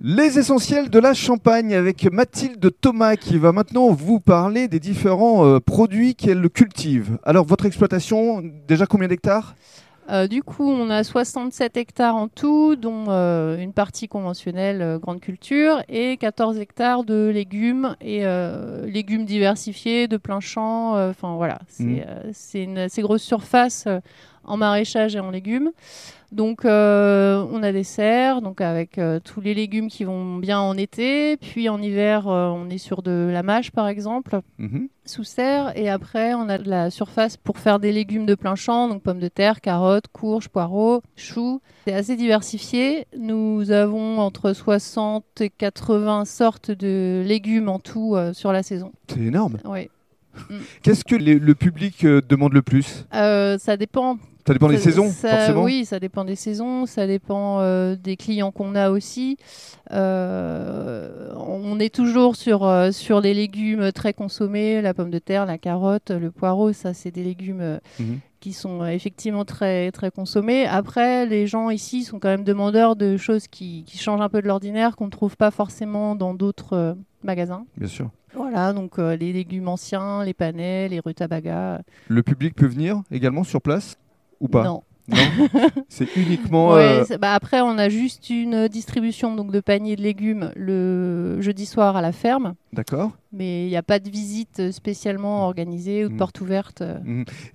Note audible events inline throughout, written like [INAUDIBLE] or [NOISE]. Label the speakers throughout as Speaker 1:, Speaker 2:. Speaker 1: Les essentiels de la Champagne avec Mathilde Thomas qui va maintenant vous parler des différents euh, produits qu'elle cultive. Alors votre exploitation, déjà combien d'hectares
Speaker 2: Euh, du coup, on a 67 hectares en tout, dont euh, une partie conventionnelle euh, grande culture et 14 hectares de légumes et euh, légumes diversifiés de plein champ. euh, Enfin voilà, c'est
Speaker 1: Mm.
Speaker 2: euh, c'est une assez grosse surface euh, en maraîchage et en légumes. Donc euh, on a des serres, donc avec euh, tous les légumes qui vont bien en été, puis en hiver euh, on est sur de la mâche par exemple
Speaker 1: Mhm.
Speaker 2: sous serre et après on a de la surface pour faire des légumes de plein champ, donc pommes de terre, carottes, courges, poireaux, choux. C'est assez diversifié. Nous avons entre 60 et 80 sortes de légumes en tout euh, sur la saison.
Speaker 1: C'est énorme.
Speaker 2: Ouais.
Speaker 1: Qu'est-ce que les- le public euh, demande le plus
Speaker 2: Euh, ça dépend.
Speaker 1: Ça dépend des
Speaker 2: Ça-
Speaker 1: saisons,
Speaker 2: ça-
Speaker 1: forcément.
Speaker 2: Oui, ça dépend des saisons, ça dépend euh, des clients qu'on a aussi. Euh, on est toujours sur, euh, sur les légumes très consommés, la pomme de terre, la carotte, le poireau, ça c'est des légumes euh,
Speaker 1: Mhm.
Speaker 2: qui sont euh, effectivement très, très consommés. Après, les gens ici sont quand même demandeurs de choses qui, qui changent un peu de l'ordinaire, qu'on ne trouve pas forcément dans d'autres euh, magasins.
Speaker 1: Bien sûr.
Speaker 2: Voilà, donc euh, les légumes anciens, les panais, les rutabagas.
Speaker 1: Le public peut venir également sur place ou pas
Speaker 2: Non. [LAUGHS]
Speaker 1: C'est uniquement.
Speaker 2: Ouais,
Speaker 1: euh,
Speaker 2: c'est- bah après, on a juste une distribution donc de paniers de légumes le jeudi soir à la ferme,
Speaker 1: D'accord.
Speaker 2: mais il n'y a pas de visite spécialement organisée ou de
Speaker 1: Mm.
Speaker 2: porte ouverte.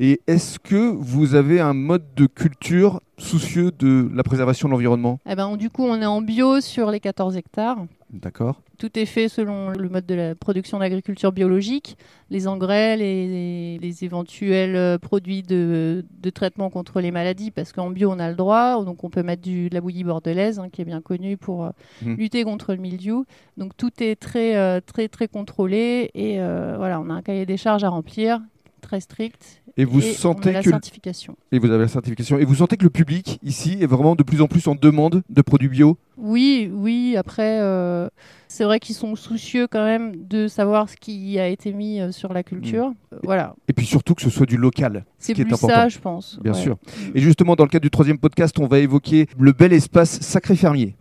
Speaker 1: Et est-ce que vous avez un mode de culture soucieux de la préservation de l'environnement
Speaker 2: Eh ben, du coup, on est en bio sur les 14 hectares.
Speaker 1: D'accord.
Speaker 2: Tout est fait selon le mode de la production d'agriculture biologique, les engrais, les, les- les éventuels euh, produits de, de traitement contre les maladies, parce qu'en bio on a le droit, donc on peut mettre du, de la bouillie bordelaise, hein, qui est bien connue pour euh,
Speaker 1: Mhm.
Speaker 2: lutter contre le mildiou. Donc tout est très euh, très très contrôlé et euh, voilà, on a un cahier des charges à remplir très strict.
Speaker 1: Et vous
Speaker 2: et on
Speaker 1: sentez
Speaker 2: a la
Speaker 1: que le-
Speaker 2: certification.
Speaker 1: et vous avez la certification et vous sentez que le public ici est vraiment de plus en plus en demande de produits bio.
Speaker 2: Oui, oui, après, euh, c'est vrai qu'ils sont soucieux quand même de savoir ce qui a été mis euh, sur la culture. Euh, Voilà,
Speaker 1: Et puis surtout que Mmh. ce soit du local.
Speaker 2: c'est
Speaker 1: qui est
Speaker 2: plus
Speaker 1: important.
Speaker 2: ça, je pense.
Speaker 1: Bien
Speaker 2: Ouais.
Speaker 1: sûr. Et justement, dans le cadre du troisième podcast, on va évoquer le bel espace Sacré Fermier.